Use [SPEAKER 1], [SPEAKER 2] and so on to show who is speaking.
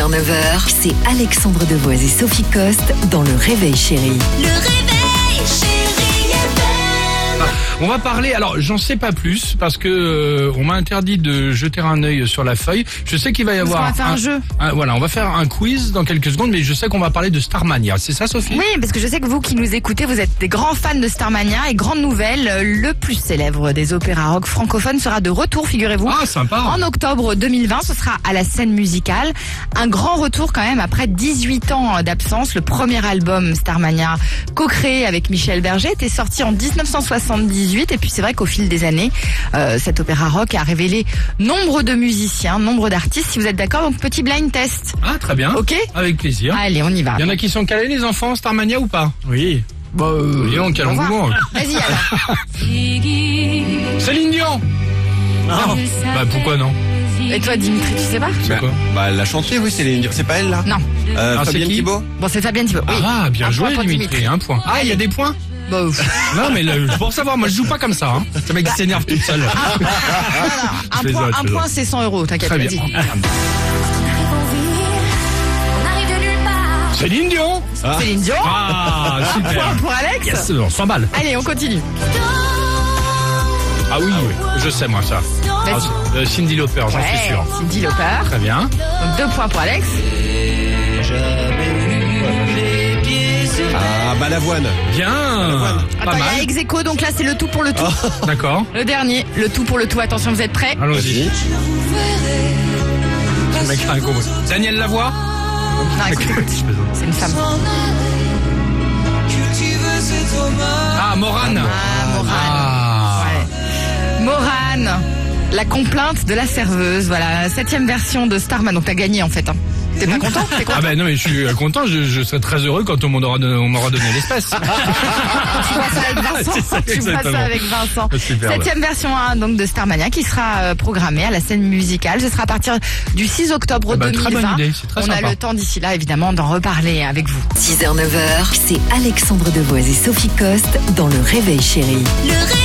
[SPEAKER 1] 6h-9h, c'est Alexandre Devoise et Sophie Coste dans Le Réveil Chéri.
[SPEAKER 2] Le réveil, chérie FM.
[SPEAKER 3] On va parler, alors j'en sais pas plus parce que euh, on m'a interdit de jeter un œil sur la feuille. Je sais qu'il va y
[SPEAKER 4] Parce
[SPEAKER 3] avoir
[SPEAKER 4] qu'on va faire un jeu.
[SPEAKER 3] voilà, on va faire un quiz dans quelques secondes, mais je sais qu'on va parler de Starmania. C'est ça, Sophie
[SPEAKER 4] Oui, parce que je sais que vous qui nous écoutez, vous êtes des grands fans de Starmania et grande nouvelle, euh, le plus célèbre des opéras rock francophones sera de retour, figurez-vous.
[SPEAKER 3] Ah, sympa.
[SPEAKER 4] En octobre 2020, ce sera à la scène musicale. Un grand retour quand même après 18 ans d'absence. Le premier album Starmania, co-créé avec Michel Berger, était sorti en 1978. Et puis c'est vrai qu'au fil des années, euh, cet opéra rock a révélé nombre de musiciens, nombre d'artistes. Si vous êtes d'accord, donc petit blind test.
[SPEAKER 3] Ah, très bien.
[SPEAKER 4] Ok
[SPEAKER 3] Avec plaisir.
[SPEAKER 4] Allez, on y va.
[SPEAKER 3] Il y en a qui sont calés, les enfants, Starmania ou pas Oui. Bah, euh, dis donc, quel
[SPEAKER 4] on va.
[SPEAKER 3] engouement.
[SPEAKER 4] Vas-y alors.
[SPEAKER 3] hein. Céline Dion Non. Bah, pourquoi non
[SPEAKER 4] Et toi, Dimitri, tu sais pas
[SPEAKER 3] C'est
[SPEAKER 5] Bah,
[SPEAKER 3] quoi
[SPEAKER 5] bah, elle l'a chanté, oui, Céline. Dion. C'est pas elle, là
[SPEAKER 4] Non.
[SPEAKER 5] Euh,
[SPEAKER 3] Ah, c'est
[SPEAKER 5] Fabienne
[SPEAKER 3] qui
[SPEAKER 5] Thibault
[SPEAKER 4] Bon, c'est Fabien Thibault. Oui.
[SPEAKER 3] Ah, bien
[SPEAKER 4] Un
[SPEAKER 3] joué,
[SPEAKER 4] point pour
[SPEAKER 3] Dimitri. Un point. Ah, il y a des points
[SPEAKER 4] Bah, ouf.
[SPEAKER 3] Non, mais là, pour savoir, moi, je joue pas comme ça. Hein. Ce mec qui s'énerve tout seul.
[SPEAKER 4] Ah, un point,
[SPEAKER 3] plaisante, je
[SPEAKER 4] un
[SPEAKER 3] plaisante.
[SPEAKER 4] point, c'est 100 euros, t'inquiète.
[SPEAKER 3] Très
[SPEAKER 4] vas-y.
[SPEAKER 3] bien.
[SPEAKER 2] On arrive de nulle part.
[SPEAKER 3] Céline Dion
[SPEAKER 4] Céline Dion.
[SPEAKER 3] Ah,
[SPEAKER 4] Point
[SPEAKER 3] super
[SPEAKER 4] pour Alex.
[SPEAKER 3] Yes, euh, on s'emballe.
[SPEAKER 4] Allez, on continue.
[SPEAKER 3] Ah oui, je sais moi ça. Ah, c'est- euh, Cindy Lauper, j'en suis sûr.
[SPEAKER 4] Cindy Lauper.
[SPEAKER 3] Très bien.
[SPEAKER 4] Donc, deux points pour Alex.
[SPEAKER 5] Ah,
[SPEAKER 3] bah,
[SPEAKER 5] Balavoine.
[SPEAKER 3] Bien.
[SPEAKER 4] Attends, il y
[SPEAKER 3] Pas
[SPEAKER 4] a
[SPEAKER 3] mal. Ah.
[SPEAKER 4] ex aequo, donc là, c'est le tout pour le tout.
[SPEAKER 3] D'accord.
[SPEAKER 4] Le dernier, le tout pour le tout. Attention, vous êtes prêts
[SPEAKER 3] Allons-y. Le mec a un gros bruit. Daniel Lavoie
[SPEAKER 4] Non, écoute,
[SPEAKER 3] Je plaisante.
[SPEAKER 4] c'est une femme.
[SPEAKER 3] Ah, Morane.
[SPEAKER 4] Ah, Morane.
[SPEAKER 3] Ah.
[SPEAKER 4] Ouais. Morane. La complainte de la serveuse. Voilà, septième version de Starman. Donc, t'as gagné, en fait. hein. T'es pas content T'es
[SPEAKER 3] Ah
[SPEAKER 4] content
[SPEAKER 3] ben non mais je suis euh, content, je, je serais très heureux quand on m'aura donné, on m'aura donné l'espèce.
[SPEAKER 4] Tu vois ça avec
[SPEAKER 3] Ah, C'est
[SPEAKER 4] Vincent.
[SPEAKER 3] ça,
[SPEAKER 4] Tu vois
[SPEAKER 3] exactement. Ah,
[SPEAKER 4] ça avec Vincent.
[SPEAKER 3] Superbe.
[SPEAKER 4] Septième version 1 donc de Starmania qui sera euh, programmée à la scène musicale. Ce sera à partir du 6 octobre
[SPEAKER 3] Eh ben, très
[SPEAKER 4] 2020.
[SPEAKER 3] bonne idée, c'est très
[SPEAKER 4] On
[SPEAKER 3] sympa.
[SPEAKER 4] a le temps d'ici là évidemment d'en reparler avec vous.
[SPEAKER 1] 6h-9h, c'est Alexandre Devoise et Sophie Coste dans Le Réveil Chéri.
[SPEAKER 2] Le réveil.